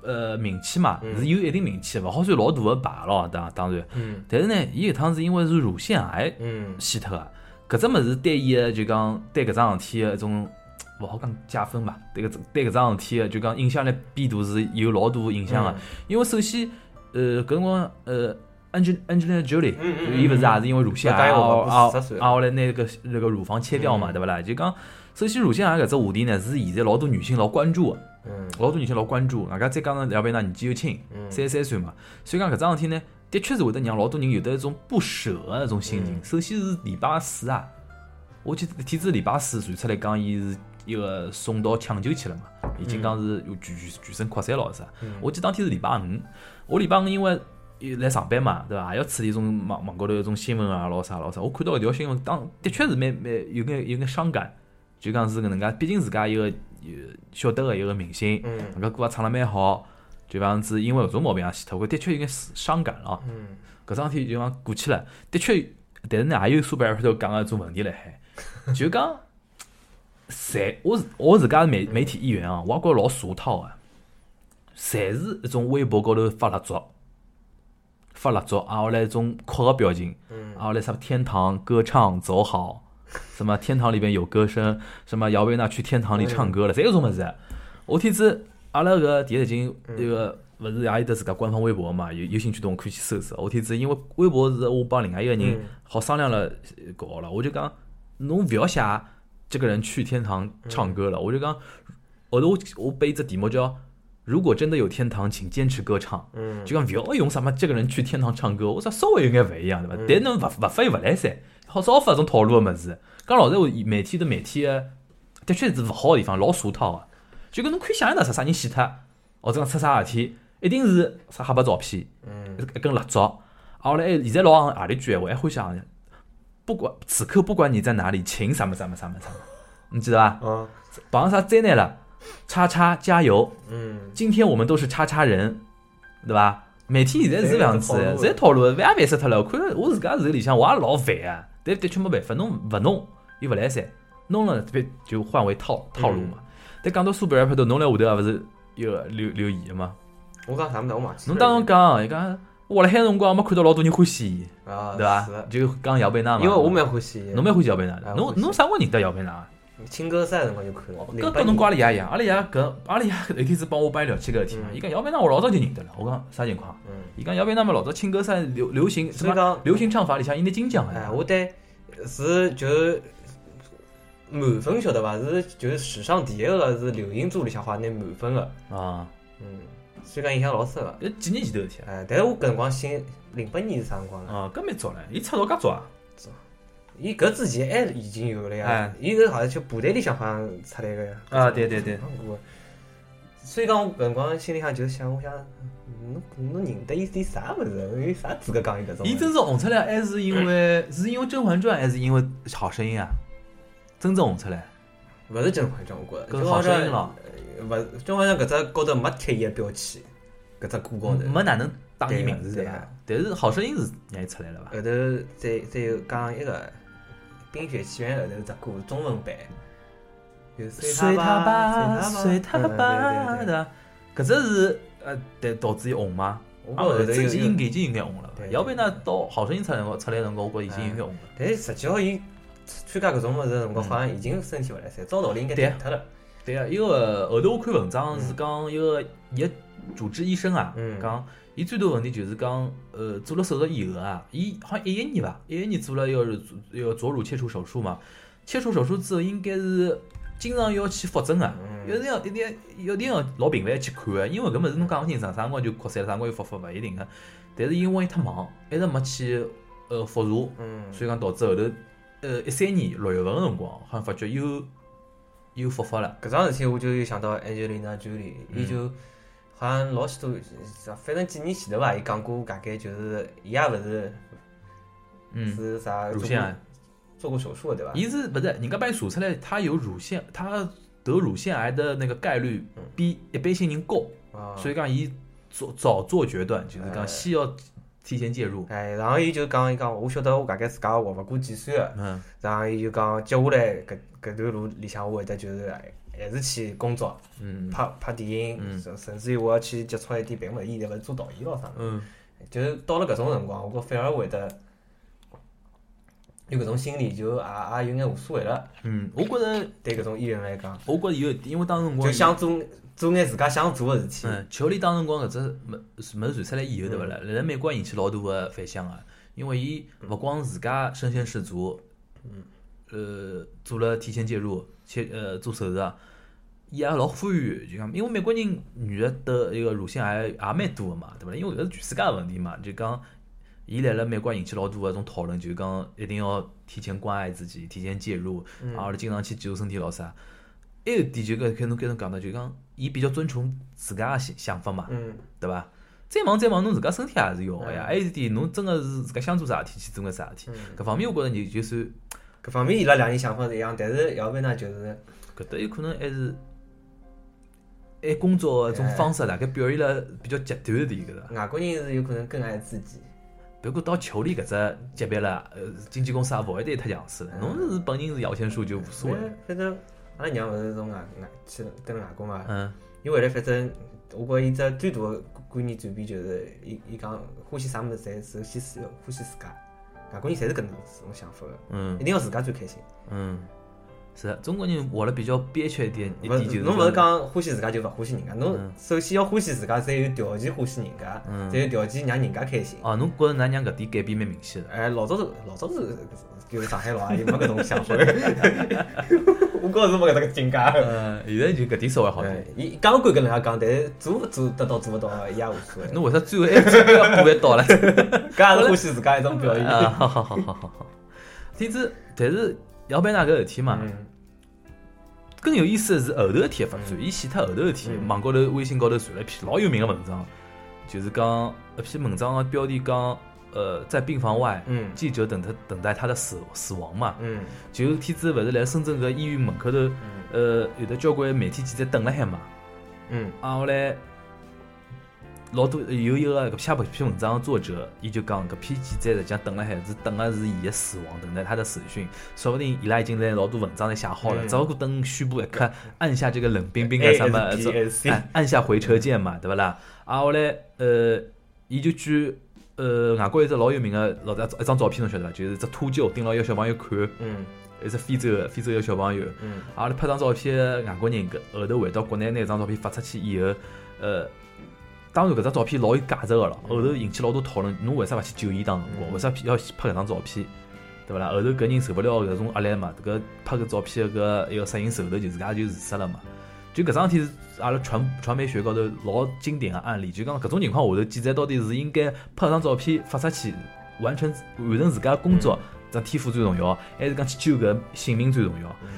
呃名气嘛，嗯是有一定名气的，勿好算老大个牌咯，当当然。嗯但是呢，伊搿趟是因为是乳腺癌嗯，死脱个，啊搿只物事对伊个就讲对搿桩事体个一种勿好讲加分吧，对搿对搿桩事体个就讲影响力变大是有老大个影响个嗯，因为首先呃搿辰光呃。Angel Angelina Jolie，嗯嗯就伊勿是也是因为乳腺癌啊嗯嗯嗯啊嗯嗯啊，后来拿搿那个乳房切掉嘛，对勿啦？就讲，首先乳腺癌搿只话题呢，是现在老多女性老关注个，嗯老多女性老关注。外加再加上姚贝娜年纪又轻，嗯三十三岁嘛，所以讲搿桩事体呢，的确是会得让老多人有得一种不舍个一种心情嗯。首先是礼拜四啊，我记得天子礼拜四传出来讲，伊是一个送到抢救去了嘛，已经讲是有全全全身扩散咯啥。嗯我记得当天是礼拜五，我礼拜五因为有来上班嘛，对伐？也要处理一种网网高头一种新闻啊，老啥老啥。我看到搿条新闻，当的确是蛮蛮有眼有眼伤感，就讲是搿能介，毕竟自家一个呃晓得个一个明星，嗯人家歌也唱了蛮好，就讲是因为搿种毛病也啊死脱，搿的确有眼伤感了。嗯，搿桩事体就讲过去了，的确，但是呢，也有苏贝尔头讲个一种问题辣 海，就讲，侪我自我自家媒媒体演员啊，我也觉着老俗套个、侪是一种微博高头发蜡烛，发蜡烛，啊，后来一种哭个表情，嗯啊，后来什么天堂歌唱走好，什么天堂里边有歌声，什么姚贝娜去天堂里唱歌了，侪有种物事。我天子，阿拉搿第一经那个勿是也有得自家官方微博嘛？有有兴趣的我可以去搜搜。我天子，因为微博是我帮另外一个人嗯好商量了呃搞了，我就讲侬勿要写这个人去天堂唱歌了，我就讲后头我我背一只题目叫“如果真的有天堂，请坚持歌唱”。嗯就讲勿要用什么这个人去天堂唱歌，我说稍微有眼勿一样对嗯伐？但侬勿勿发又勿来噻，好少发搿种套路个物事。讲老实话，媒体对媒体个的确是勿好个地方，老俗套个。就搿侬可以想象到啥啥人死脱，或者讲出啥事体，一定是啥黑白照片，嗯，一根蜡烛。啊，后来现在老行何里句闲话，还欢喜行，不管此刻不管你在哪里，请什么什么什么什么，你记得伐？哦，绑上啥灾难了？叉叉加油！嗯，今天我们都是叉叉人，对伐？每天现在是搿样子的，侪侪套路的，烦也烦死脱了。我看着我自家是里向，我也老烦啊。但的确没办法，侬勿弄又勿来三，弄了别就换为套嗯套路嘛。但讲到苏北尔拍头，侬来下头也勿是有留留言的嘛？我讲啥么子我忘记了。侬当时讲，伊讲我辣海辰光没看到老多人欢喜伊，啊，对伐是？就讲姚贝娜嘛。因为我蛮欢喜伊的，侬蛮欢喜姚贝娜哎的，我侬欢喜侬啥辰光认得姚贝娜啊？哦青歌赛的辰光就看了，搿零八跟侬年阿拉爷一样，阿拉爷搿阿拉爷有天子帮我帮伊聊起搿事体嘛，嗯伊讲姚贝娜我老早就认得了，我讲啥情况？嗯，伊讲姚贝娜嘛老早青歌赛流流行什所以么讲，流行唱法里向伊拿金奖啊哎，个，我对是就是满分晓得伐？是就是史上第一个是流行组里向好像拿满分的，啊，嗯，所以讲印象老深个。搿几年前头的事体啊哎，但是我搿辰光新零八年是啥辰光了？啊，搿蛮早唻，伊出道介早啊，伊搿之前还已经有了呀哎，伊搿好像就部队里向好像出来个呀。啊对对对唱过。所以讲我搿辰光心里向就想，我想侬侬认得伊是啥物事？有啥资格讲伊搿种？伊真正红出来还是因为是因为《甄嬛传》还是因为《好声音》啊？真正红出来，勿是甄嬛传，我觉着。搿好声音咯，勿是甄嬛传搿只高头没贴伊个标签，搿只歌高头。没哪能打伊名字对对啊伐？但是《好声音》是让伊出来了伐？后头再再有讲一个《冰雪奇缘》后头只歌中文版，就呃随他吧，随他吧，嗯对对对伐？搿只是呃，对导致伊红嘛？我啊，觉后着后头头已经有，已经应该红了对。对姚贝娜到好声音出来辰光，出来辰光，我觉着已经应该红了。但是实际上伊参加搿种物事辰光，好像已经身体勿来塞，照道理应该嗯对停脱了。对啊，因嗯为后头我看文章是讲一个伊个主治医生啊嗯，讲伊最大问题就是讲，呃，做了手术以后啊，伊好像一一年吧，一一年做了一个一个左乳切除手术嘛，切除手术之后应该是经常要去复诊啊。嗯有，定要一定要一定要老频繁地去看个，因为搿物事侬讲勿清爽，啥辰光就扩散了，啥辰光又复发，勿一定个。但是因为伊太忙，一直没去呃复查，嗯，所以讲导致后头呃一三年六月份个辰光，好像发觉又又复发了。搿桩事体我就又想到 Angelina Jolie，伊嗯就好像老许多，反正几年前头伐，伊讲过大概就是伊也勿是嗯，是啥乳做腺过癌，做过手术的对伐？伊是勿是人家帮伊查出来，他有乳腺，他得乳腺癌的那个概率嗯比一般性人高，啊所以讲伊早早做决断，就是哎讲先要提前介入。哎，然后伊就讲伊讲，我晓得我大概自家活勿过几岁个，嗯，然后伊就讲接下来搿搿段路里向，我会得就是还是去工作，嗯拍拍电影，嗯甚甚至于我要去接触一点别个物事，现在勿是做导演咯啥的，嗯就是到了搿种辰光，我觉反而会得有搿种心理，就也也有眼无所谓了。嗯，我觉着对搿种艺人来讲，我觉着有一点，因为当时辰光就想做做眼自家想做个事体。嗯，球里当辰光搿只物物事传出来以后，对勿啦？辣辣美国引起老大个反响个，因为伊勿光自家身先士卒，嗯，呃，做了提前介入，切呃做手术啊，伊也老呼吁，就讲，因为美国人女个得一个乳腺癌也蛮多个嘛，对勿啦？因为搿是全世界个问题嘛，就讲。伊来了美国引起老大个种讨论，就是讲一定要提前关爱自己，提前介入，嗯啊，经常去检查身体老哎啥。还有一点就搿，跟侬跟侬讲到，就讲伊比较遵从自家个想想法嘛，嗯，对伐？再忙再忙，侬自家身体也是要个呀。嗯还有一点，侬真个是自家想做啥事体去做眼啥事体嗯。搿方面我觉着你就算搿方面伊拉两人想法是一样，但是姚贝娜就是搿搭有可能还是，还工作个种方式啊大概表现了比较极端一点搿个。外国人是有可能更爱自己。不过到球里搿只级别了，呃，经纪公司也勿会对伊太强势了。侬是本人是摇钱树就无所谓。哎反正阿拉娘勿是从外外去跟外公嘛，嗯伊回来反正我觉着伊只最大个观念转变就是，伊伊讲欢喜啥物事，侪首先是要欢喜自家。外国人侪是搿能种想法个，嗯一定要自家最开心。嗯，是的中国人活了比较憋屈一点，一勿点就是嗯侬勿是讲欢喜自家就勿欢喜人家，侬首先要欢喜自家，才有条件欢喜人家，才有条件让人家开心。哦，侬觉着㑚娘搿点改变蛮明显的。哎，老早是老早是就是上海老阿姨没搿种想 法，我觉着是没搿只境界。呃，现在就搿点稍微好哎点。，伊讲归跟人家讲，但是做勿做得到做勿到，伊也无所谓。侬为啥最后还真的要补一刀了？搿也是欢喜自家一种表演。啊，好好好好好好。天子，但是姚贝娜搿事体嘛，嗯，更有意思的是后头个天发展，伊写脱后头个天，嗯网高头、微信高头传了一篇老有名个文章，就是讲呃一篇文章个标题讲，呃，在病房外，嗯记者等他等待他的死死亡嘛。嗯就有天子勿是来深圳搿医院门口头，嗯呃，有的交关媒体记者等辣海嘛。嗯啊，后来老多有一个搿写搿篇文章的作者，伊就讲搿篇记者实际上等了海是等的是伊的死亡，等待他的死讯，说不定伊拉已经在老多文章侪写好了，嗯只不过等宣布一刻按下这个冷冰冰的什么， ASDSC 按按下回车键嘛，对勿啦？啊，后来呃，伊就举。呃，外国有一只老有名个老大一张照片，侬晓得伐？就是一只秃鹫盯牢一个小朋友看，嗯一只非洲的非洲一个小朋友，嗯阿拉拍张照片，外国人搿后头回到国内拿张照片发出去以后，呃，当然搿张照片老有价值个了，后头引起老多讨论，侬为啥勿去救伊当辰光？嗯为啥要去拍搿张照片？对勿啦？后头搿人受勿了搿种压力嘛，搿拍搿照片搿一个摄影手头就自家就自杀了嘛。就搿桩事体是阿拉传传媒学高头老经典个案例，就讲搿种情况下头，记者到底是应该拍张照片发出去，完成完成自家工作，这天赋最重要，还是讲去救搿性命最重要？嗯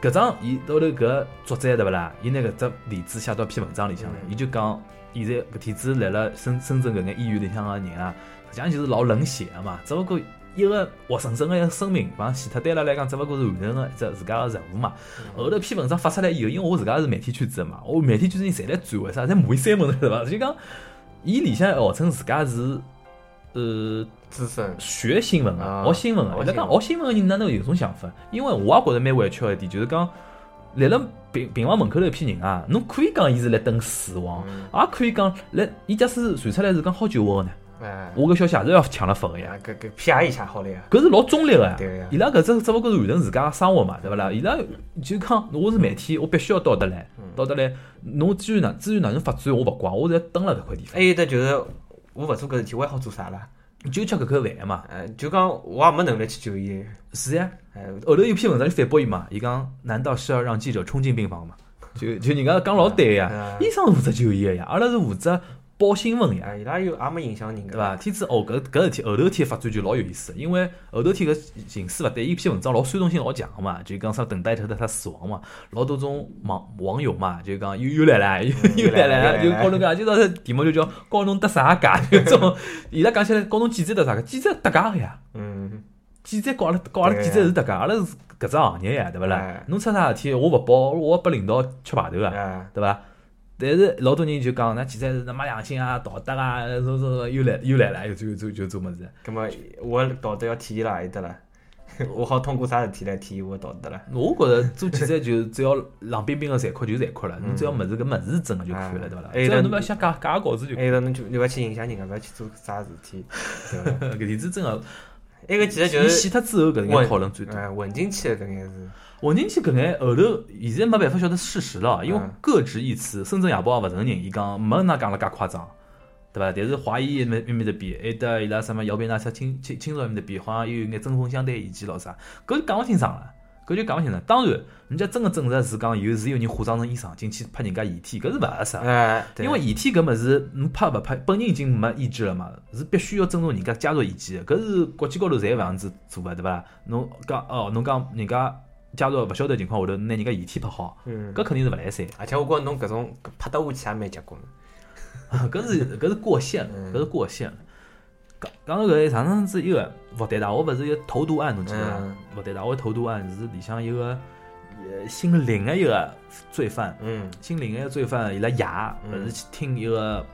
搿张伊到头搿作者对勿啦？伊拿搿只例子写到篇文章里向了，嗯伊就讲现在搿帖子来了深深圳搿眼医院里向个人啊，实际上就是老冷血个嘛，只勿过一个活生生个一个生命，往死脱对伊拉来讲，只勿过是完成了一只自家个任务嘛。后头篇文章发出来以后，因为我自家是媒体圈子的嘛，我媒体圈子人侪来转，为啥？侪骂伊三门了对伐？就讲伊里向号称自家是呃资深学新闻啊，啊学新闻啊学。人家新闻讲学新闻个人哪能有种想法？因为我也觉着蛮委屈个一点，就是讲，辣辣病病房门口头一批人啊，侬可以讲伊是来等死亡，也可以讲来，伊假使传出来是讲好酒窝个呢，哎，我搿消息也是要抢了发个呀。呀，搿搿 PR 一下好了呀，搿是老中立个呀对呀，伊拉搿只只勿过是完成自家个生活嘛，对勿啦？伊拉就讲我是媒体，我必须要到得来，到得来，侬至于哪至于哪能发展我勿管，我是要蹲辣搿块地还有的就是我勿做搿事体，我还好做啥方，啦？哎就吃搿口饭嘛。呃，就讲我也没能力去救伊，是呀，哎，后头有篇文章就反驳伊嘛，伊讲难道是要让记者冲进病房吗？ 就就人家讲老对个 呀，嗯医生是负责就医个呀，阿拉是负责报新闻呀，哎，伊拉又也没影响人啊对个，伐？天子哦，搿搿事体后头天发展就老有意思，因为后头天搿形势勿对，伊篇文章老煽动性老强个嘛，就讲啥等待着他死亡嘛，老多种网网友嘛，就讲又又来了，又嗯又来又来了，了就告侬讲，今朝这题目就叫告侬搭啥价，就这种 伊拉讲起来告侬记者搭啥价，记者搭价个呀。嗯，记者告阿拉告阿拉对记者是搭界，阿拉是搿只行业呀，对勿啦哎？侬出啥事体，我勿报，我拨领导吃排头啊，哎，对伐？但是老多人就讲，那记者是他妈良心啊、道德啊，什么什么又来又来了，又做又做又做啊物事。葛末我的道德要体现辣何里搭啦？我好通过啥事体来体现我的道德啦？我觉着做记者就只要冷冰冰个残酷就残酷了，侬只要物事搿物事是真个就看了，嗯哎对勿啦？哎只要那侬勿要想假假稿子就还，有的侬就侬勿要去影响人家，勿要去做啥事体，对伐？搿点子真个。埃个其实就伊是死脱之后搿眼稳讨论最多。哎混进去的搿眼是，混进去搿眼后头，现在没办法晓得事实了，因为嗯各执一词。深圳夜报也勿承认，伊讲没那讲了介夸张，对伐？但是华谊埃面埃面搭边，还得伊拉什么姚贝娜啥清清清朝埃面搭边，好像又有眼针锋相对意见咯啥，搿就讲勿清爽了。搿就讲勿清爽。当然，人家真个证实是讲有是有人化妆成医生进去拍人家遗体，搿是勿合适。啊哎，对因为 E 遗体搿物事，侬拍勿拍，嗯本人已经没意志了嘛，是必须要尊重人家家属意见的。搿是国际高头侪搿样子做个，对伐？侬讲哦，侬讲人家家属勿晓得情况下头，拿人家遗体拍好，嗯，搿肯定是勿来三。而且我觉着侬搿种搿拍得下去也蛮结棍的， 搿是搿是过线了，嗯搿是过线了。讲讲到搿上趟子一个复旦大学勿是有投毒案，侬记得伐嗯？复旦大学投毒案是里向一个呃姓林个一个罪犯，嗯姓林个罪犯伊拉爷勿嗯是去听一个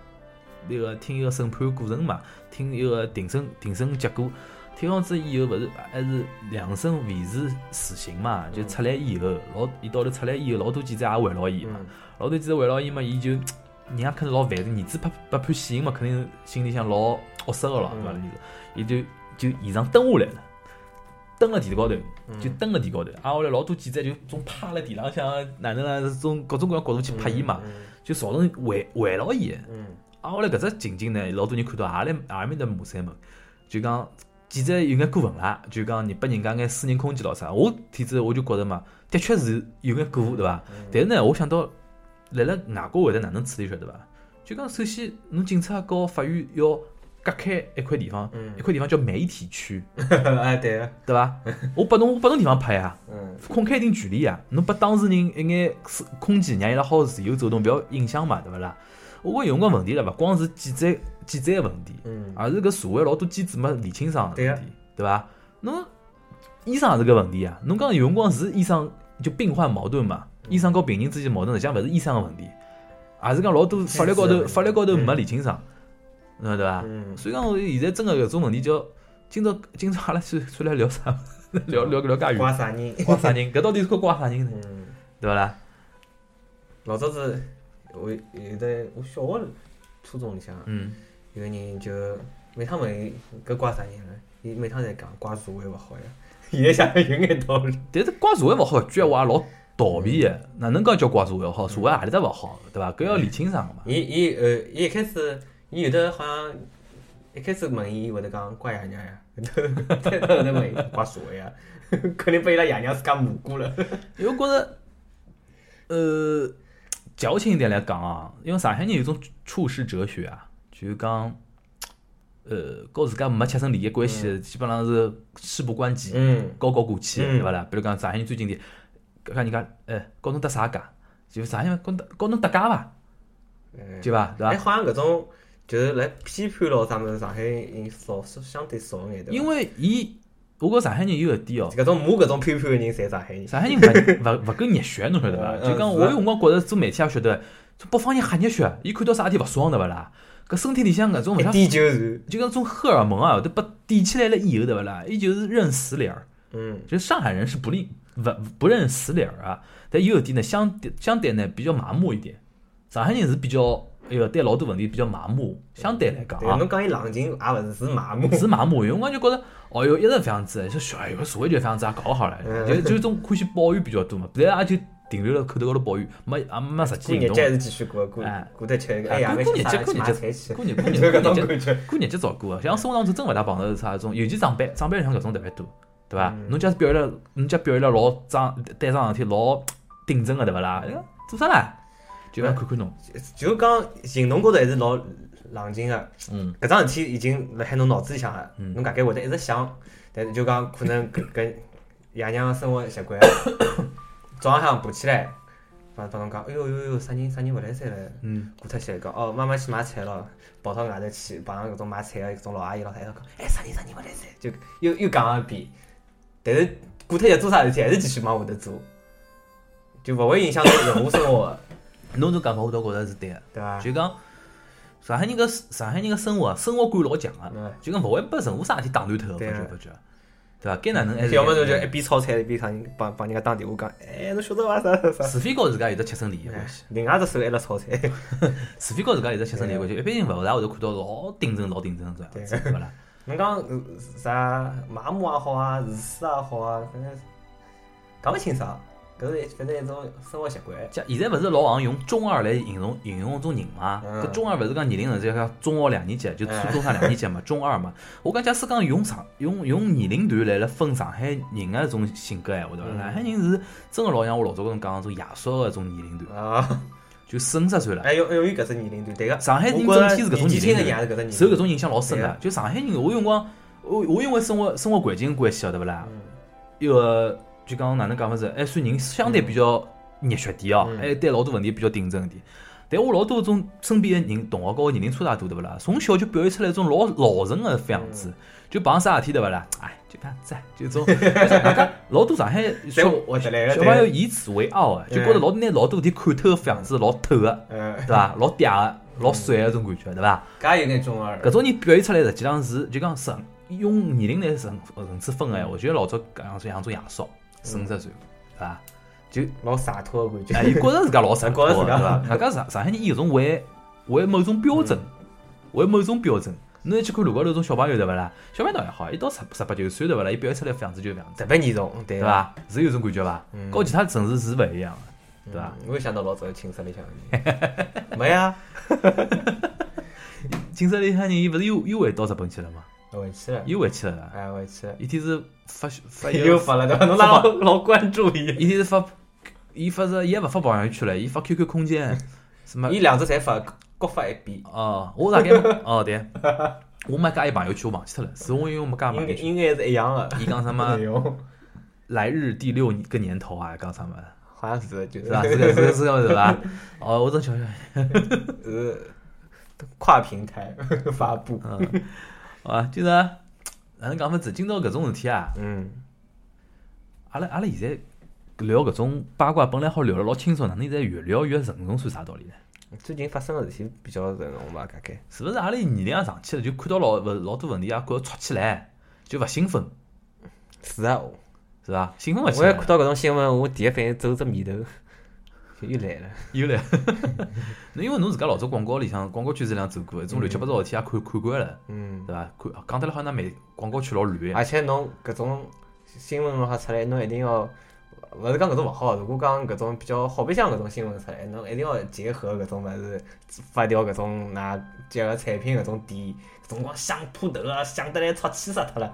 那个听一个审判过程嘛，听一个庭审庭审结果，听上去以后勿是还是两审维持死刑嗯嘛，就出来以后，老伊到头出来以后，老多记者也围牢伊嘛，嗯，老多记者围牢伊嘛，伊就人家肯定老烦，儿子被被判死刑嘛，肯定心里向老恶塞个咯，对伐？嗯伊就就现场蹲下来了，蹲辣地高头，就蹲辣地高头。啊，后来老多记者就总趴辣地浪向，哪能啦？种各种各样角度去拍伊嘛，就造成围围牢伊。嗯，啊，后来搿只情景呢，老多人看到也来也面搭骂三门，就讲记者有眼过分啦，就讲你拨人家眼私人空间咯啥。我天子我就觉着嘛，的确是有眼过，对伐？嗯但是呢，我想到辣辣外国会得哪能处理，晓得伐？就讲首先，侬警察和法院要隔开一块地方嗯，一块地方叫媒体区， 哎，对个，对伐？我拨侬我拨侬地方拍啊呀，嗯，空开一定距离呀，侬拨当事人一眼是空间，让伊拉好自由走动，勿要影响嘛，对勿啦？我觉得有辰光问题了，勿光是记者记者个问题，嗯而是搿社会老多机制没理清爽个对问啊题，对伐？侬医生也是搿问题啊，侬讲有辰光是医生就病患矛盾嘛，嗯医生和病人之间矛盾实际上勿是医生个问题，也是讲老多法律高机制头的问题法律高头嗯没理清爽，侬晓得伐？嗯，所以讲，现在真个搿种问题叫，今朝今朝阿拉出出来聊啥？ 聊聊聊介远，怪啥人？怪啥人？搿到底是怪怪啥人呢？嗯，对勿啦？老早子我有的我小学、初中里向啊嗯有个人就每趟问伊搿怪啥人了，伊每趟侪讲怪社会勿好呀。 现在想想有眼道理。但是怪社会勿好，句闲话也老道理个，哪能讲叫怪社会勿好？社会何里搭勿好，对伐？搿要理清爽个嘛。伊伊呃，伊一开始，伊有的好像一开始问伊，会得讲怪爷娘 呀，再后头问伊怪社会呀， 肯定被伊拉爷娘自家骂过了。因为我觉着，呃，矫情一点来讲啊，因为上海人有一种处世哲学啊，就是讲，呃，和自家没切身利益关系的，基本上是事不关己，嗯高高过气的，嗯对伐啦？比如讲上海人最经典，搿讲人家，哎，告侬搭啥价？就是上海人讲告侬搭价伐？嗯，对伐？对哎，伐？好像搿种就是来批判咯啥物事，上海人少，是相对少眼的。因为为伊，我觉着上海人有一点哦，搿种骂搿种批判的人，侪上海人。上海人 勿勿勿够热血，侬晓得伐？嗯就讲嗯我是有辰光觉着做媒体也晓得，这北方人瞎热血，伊看到啥事体勿爽对勿啦？搿身体里向搿种勿一像点就是，就搿种荷尔蒙啊，都被点起来了以后，对勿啦？伊就是认死理儿，嗯就是上海人是不吝不不认死理儿啊。但有一点呢，相对相对呢比较麻木一点。上海人是比较，哎呦，对老多问题比较麻木，相对来讲对，啊，哎侬讲伊冷静也勿是，是麻木。是麻木。有辰光就觉着，哦哟，一直这样子，就小哎呦，社会就这样子，也搞好了，嗯就就种欢喜抱怨比较多嘛。现在也就停留了口头高头抱怨，没也没实过际行日节还动。是继续过，过哎过得吃，哎哎呀，过没过日啥节，过去日买节，菜去，过日过 就日搿过种日节。感觉。过日节照顾啊，像生活当中真勿大碰到啥搿种，尤其上班上班里向搿种特别多，对伐？嗯侬假使表现了，侬假表现了老张对桩事体老顶真个，对勿啦？哎呀做啥啦？就要看看侬，就讲行动高头还是老冷静个，嗯，搿桩事体已经辣海侬脑子里向了，嗯侬大概会得一直想，但是就讲可能搿搿爷娘个生活习惯， 早浪向爬起来，帮帮侬讲，哎哟哟哟，啥人啥人勿来三了，嗯，过脱起来讲，哦，妈妈去买菜了，跑到外头去，帮搿种买菜个搿种老阿姨老太太讲，哎，啥人啥人勿来三，就又又讲一遍，但是过脱一做啥事体还是继续往下头做，就勿会影响侬任何生活个，侬这讲法我倒觉着是对个，对 伐？就讲上海人个上海人个生活生活感老强个，嗯。就讲勿会被任何啥事体打断脱个，对发啊嗯觉发觉，对伐？该哪能还是哎要么侬就一边炒菜一边讲帮帮人家打电话讲，哎，侬晓得伐？啥啥啥？除非和自家有得切身利益关 系，另外只手还辣炒菜，嗯除非和自家有得切身利益关系，啊一般人勿大会得看到老顶真老顶真这样子，对勿啦？ 侬讲呃啥麻木也好啊，自私也好啊，反正讲勿清爽。搿是一反正一种生活习惯。像现在勿是老行用中二来形容形容种人嘛？嗯哎搿中二勿是讲年龄层，就讲中学两年级，就初中上两年级嘛，中二 嘛。我讲假使讲用上用用年龄段来来分上海人个种性格闲话，对伐？嗯上海人是真个老像我老早跟侬讲个种亚叔个种年龄段，啊，就四五十岁了。还有还有搿只年龄段，对个。上海人哎我觉得整体是搿种年纪轻年的龄人也段，是受搿搿只年龄。种影响老深对个啊。就上海人，我有辰光我我因为生活生活环境关系晓得勿啦？嗯一个就讲哪能讲法子，还算人相对比较热血点哦，嗯还对老多问题比较顶真点。但我老多种身边的人同学跟我年龄差大多对勿啦？从小就表现出来一种老老成个样嗯子，就碰啥事体对勿啦？哎，就搿样子，就 种就是大家老多上海侪小活得来个，小朋友对个。以此为傲个，啊就觉着老拿老多事体看透个样子，老透个，嗯，对伐？老嗲个，老帅个种感觉，对伐？搿也有眼中二。搿种人表现出来，实际上是就讲层用年龄来层呃层次分个闲话，就老早讲说像种爷叔，四五十岁，对伐？就老洒脱的感哎，觉。伊觉着自家老洒脱， 对觉着自家伐？外加上上海人伊有种为为某种标准，嗯为某种标准。侬去看路高头种小朋友对勿啦？小朋友倒还好，伊到十十八九岁对勿啦？伊表现出来样子就搿样子，特别严重，对对个。伐？是有种感觉伐？嗯和其他城市是勿一样个，对伐？嗯？我又想到老早寝室里向的人。没呀，寝室里向人伊勿是又又回到日本去了嘛？我回去了。又回去了啦。哎，回去了。一天是发发一个 又发了对吧？侬发哪老老关注伊？伊就是发，伊发是伊也勿发朋友圈了，伊发 QQ 空间，什么伊两只侪发，各发一遍。哦，我大概哦对，我没加伊朋友圈，我忘记脱了，是我因为我没加伊应朋该友圈。应该是一样的。伊讲什么内容来日第六个年头啊，讲什么好像是就是吧？是个是个是个是 吧？哦，我真想想，是跨平台发布。嗯，好啊，今朝哪能讲法子？今朝搿种事体啊，嗯，阿拉阿拉现在聊搿种八卦，本来好聊了老轻松，哪能现在越聊越沉重，算啥道理呢？最近发生的事体比较沉重吧，大概。是勿是阿拉年龄也上去了，就看到老勿老多问题也啊觉着吵起来就勿兴奋，是啊，我是伐？兴奋勿起我来。也看到搿种新闻，我第一反应皱只眉头， 就又来了。 有嘞， 侬因为侬自家老早广告里向广告圈子里向做过，一种乱七八糟的事体也看看惯了，嗯对，伐？看讲得来好像美广告圈老乱的，而且侬搿种新闻侬哈出来，侬一定要，勿是讲搿种勿好，如果讲搿种比较好白相搿种新闻出来，侬一定要结合搿种物事发掉搿种㑚结合产品搿种点，搿种光想破头啊，想得来吵气死脱了。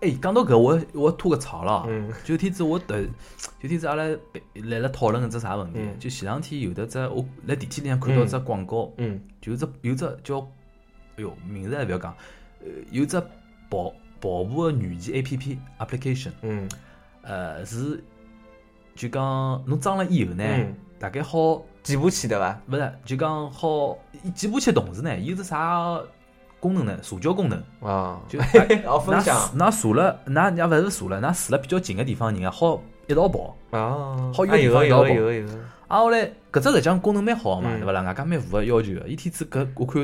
哎，讲到搿，我我吐个槽了。嗯就天子我突，就天子阿拉被来了讨论搿只啥问题？嗯就前两天有得只我辣电梯里向看到只广告，嗯就只有只叫，哎哟，名字还勿要讲，呃，有只跑跑步个软件 A P P application，嗯呃，是就讲侬装了以后呢，嗯，大概好。记不起对伐？勿是，就讲好，伊记不起同时呢，有只啥功能呢？社交功能， 啊，就哎要分享㑚坐㑚坐了，㑚㑚勿是坐了，㑚坐了比较近个地方，人啊好一道跑。啊，好有啊有地有方有有，啊，后来搿只实际上功能蛮好个嘛，嗯对勿啦？外加蛮符合要求个。伊天子搿我看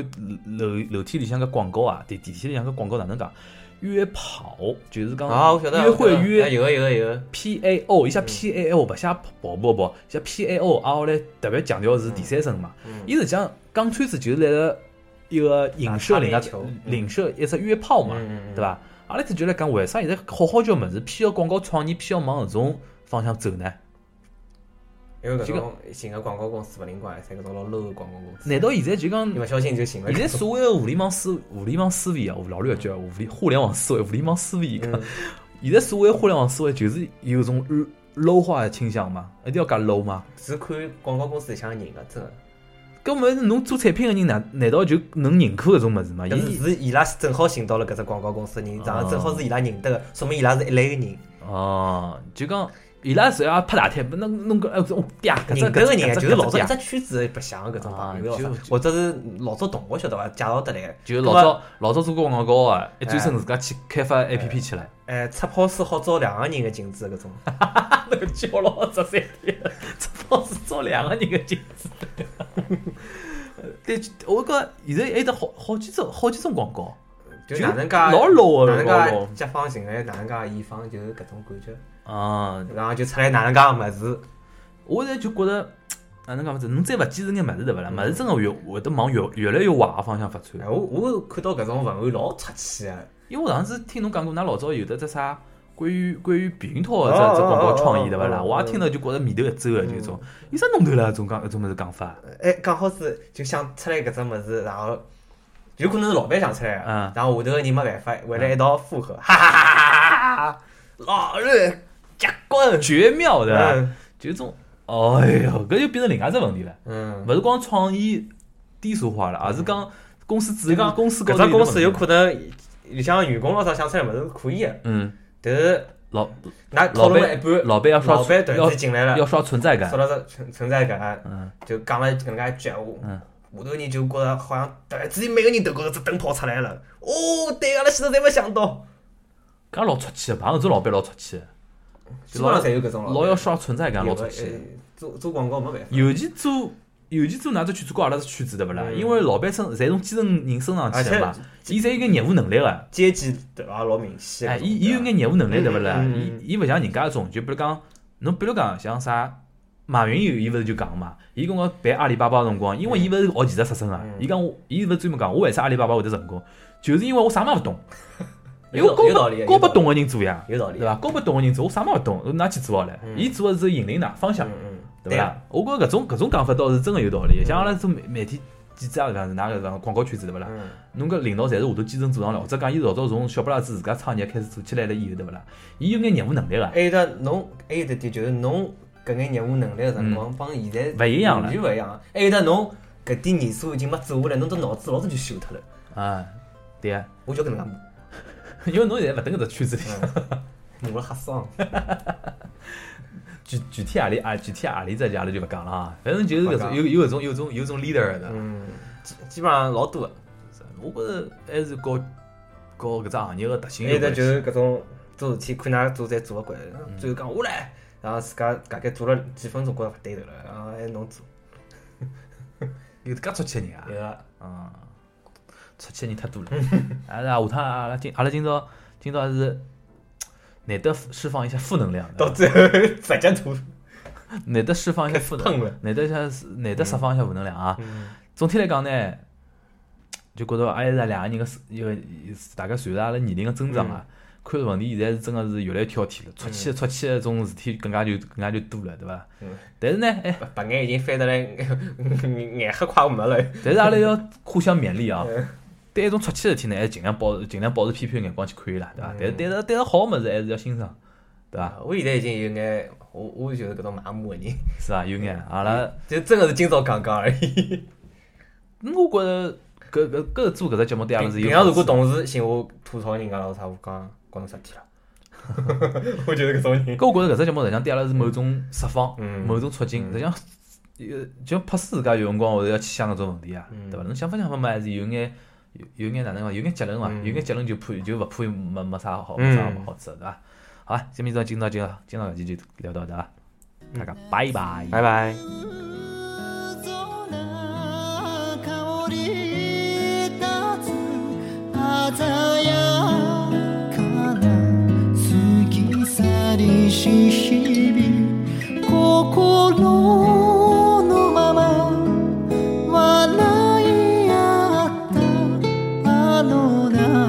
楼楼梯里向个广告啊，电电梯里向个广告哪能讲？约跑就是讲啊，我晓得，约会我晓得啊约有个有个有个， P A 嗯 O，伊写 P A O 勿写跑步跑，写 P A O，啊后来特别强调是第三声嘛。嗯伊实际上刚穿子就是来了一个影射人打擦家边球嗯影射一只约炮嘛，嗯嗯对伐？阿拉只就来讲，为啥现在好好叫物事偏要广告创意偏要往搿种方向走 呢？因为搿这个种寻个广告公司勿灵光，侪搿种老 low 个广告公司，难道现在就讲你勿小心就寻了。现在所谓的互联网思互联网思维啊，我老刘叫互联互联网思维、互联网思维，嗯现在所谓的互联网思维就是有种 low 化的倾向嘛，一定要讲 low 嘛。是看广告公司里向人个，真个。搿么侬做产品的人难难道就能认可搿种物事吗？但是伊是伊拉是正好寻到了搿只广告公司的人，然后正好是伊拉认得个，说明伊拉是一类个人，哦，就讲伊拉只要拍大腿，那弄个哎，我嗲，搿只认得个人搿啊只就是老早一搿只只圈子白相个搿种啊朋友就啊，就或者是老早同学晓得伐？介绍得来的，就是老早老早做过广告啊，一转身自家去开发 A P P 起来，哎，出泡水好招两个人个镜子搿种。那个叫老十三天，这帮是招两个人的镜子。对，我觉现在还有得好好几种好几种广告，就就哪能介老 low 哪啊老能 low 介甲方行为，哪能介乙方就是搿种感觉，啊，然后就出来哪能介个物事，我现在就觉着。哪能讲法子？侬再勿坚持眼物事对勿啦？物事真个越会得往越越来越坏个方向发展哎。我我看到搿种文案老出气个，因为我上次听侬讲过，㑚老早有得只啥关于关于避孕套的哦只只广告创哦意对勿啦？哦嗯我也听了就觉着面头一皱的，就种有啥弄头啦？种讲搿种物事讲法，哎，刚好是就想出来搿只物事，然后有可能是老板想出来的，嗯然后下头个人没办法，回来一道附和，哈哈哈哈哈哈，老日夹棍，绝妙对伐？嗯就种，哎哟，搿就变成另外一只问题了，嗯，勿是光创意低俗化了，而是讲公司只就讲公司高搿头只公司有得问题可能里向员工老啥想出来物事是可以个，嗯，但是老㑚讨老论了一板半，老板要刷老板突然要间进来了，要刷存在感说，了只存存在感，嗯就讲了搿能介一句闲话，嗯下头人就觉着好像突然之间每个人头高头只灯泡出来了，哦，对，阿拉前头侪没想到，搿老出气的，碰搿种老板老出气的，基本上侪有搿种老要刷存在感，老有出个气的。呃做做广告没办法，尤其做，尤其做哪只圈子跟阿拉只圈子对勿啦？嗯因为老板身侪从基层人身上去的嘛而，伊侪有眼业务能力个，阶级对伐？老明显的哎，搿种，伊伊有眼业务能力对勿啦？嗯嗯嗯伊伊勿像人家种，就比如讲，侬比如讲像啥。马云有伊勿是就讲嘛，伊跟我办阿里巴巴个辰光，因为伊勿是学技术出身个嗯，伊讲我，伊勿是专门讲我为啥阿里巴巴会得成功，就是因为我啥嘛勿懂，因为有我道有道搞理，有不搞不道理懂个人做呀，有道理对伐？搞不懂个人做，我啥嘛勿懂，我哪去做好唻？嗯伊做个是引领哪方向嗯，嗯，对伐？我觉着搿种搿种讲法倒是真个有道理。像阿拉做媒媒体记者也讲是，哪个讲广告圈子对勿啦？嗯，侬搿领导侪是下头基层做上来，或者讲伊老早从小不拉子自家创业开始做起来了以后对勿啦？嗯伊有眼业务能力个，还有得哎侬还有得点就是侬搿眼业务能力个辰光帮现在嗯勿一样了完哎全勿一样，还有得侬搿点年数已经没做下来，侬只脑子老早就锈脱了。啊，对啊， 我就搿能介因为侬现在勿蹲搿只圈子嗯里， 骂，骂了瞎爽。具具体何里啊，具体何里只阿拉就勿讲了啊。反正就是搿种有有搿种有种有种 leader 的， 嗯，基基本上老多的，我觉着还是和和搿只行业个特性有一直关哎就系。是搿种做事体看㑚做侪做勿惯，嗯然后最后讲我来，然后自家大概做了几分钟觉着勿对头了，然后还是侬做，有介出气的人啊有，个嗯，出气的人太多了。阿拉下趟阿拉今阿拉今朝今朝还是难得释放一下负能量的，到最后 直接吐难得释放一下负能喷量，了。难得一下难得释放一下负能量啊。嗯总体来讲呢，就觉着还是两个人个是一个大概随着阿拉年龄个增长啊，嗯看问题现在是真个是越来越挑剔了，出去出去的种事体更加就更加就多了，对伐嗯？但是呢，哎，白白眼已经翻得来， 眼黑快没了。但是阿拉要互相勉励 啊。嗯对一种出去的事体呢，还是尽量保尽量保持批判眼光去看伊拉，对伐嗯？但是对着对着好物事还是要欣赏，对伐？啊我现在已经有眼，我我就是搿种盲目的人，是伐？有眼阿拉，就真的是今朝讲讲而已。嗯我觉着搿搿搿做搿只节目对阿拉是有平常如果好处同事寻我吐槽人家老啥，我讲关侬啥体了？ 我就是搿种人。搿我觉着搿只节目实际上对阿拉是某种释放，嗯某种促进。嗯实际上，呃，就像拍死自家有辰光会得要去想搿种问题啊，嗯对伐？侬想法想法嘛，还是有眼有有眼哪能讲，有眼结论嘛，嗯有眼结论就判就勿判没没啥好嗯没啥好处，对伐？好啊，今朝今朝今朝今朝搿期就聊到这啊，大嗯家拜拜。拜。空香り立つ鮮やかな過ぎ去りし日々心のまま笑い合ったあの夏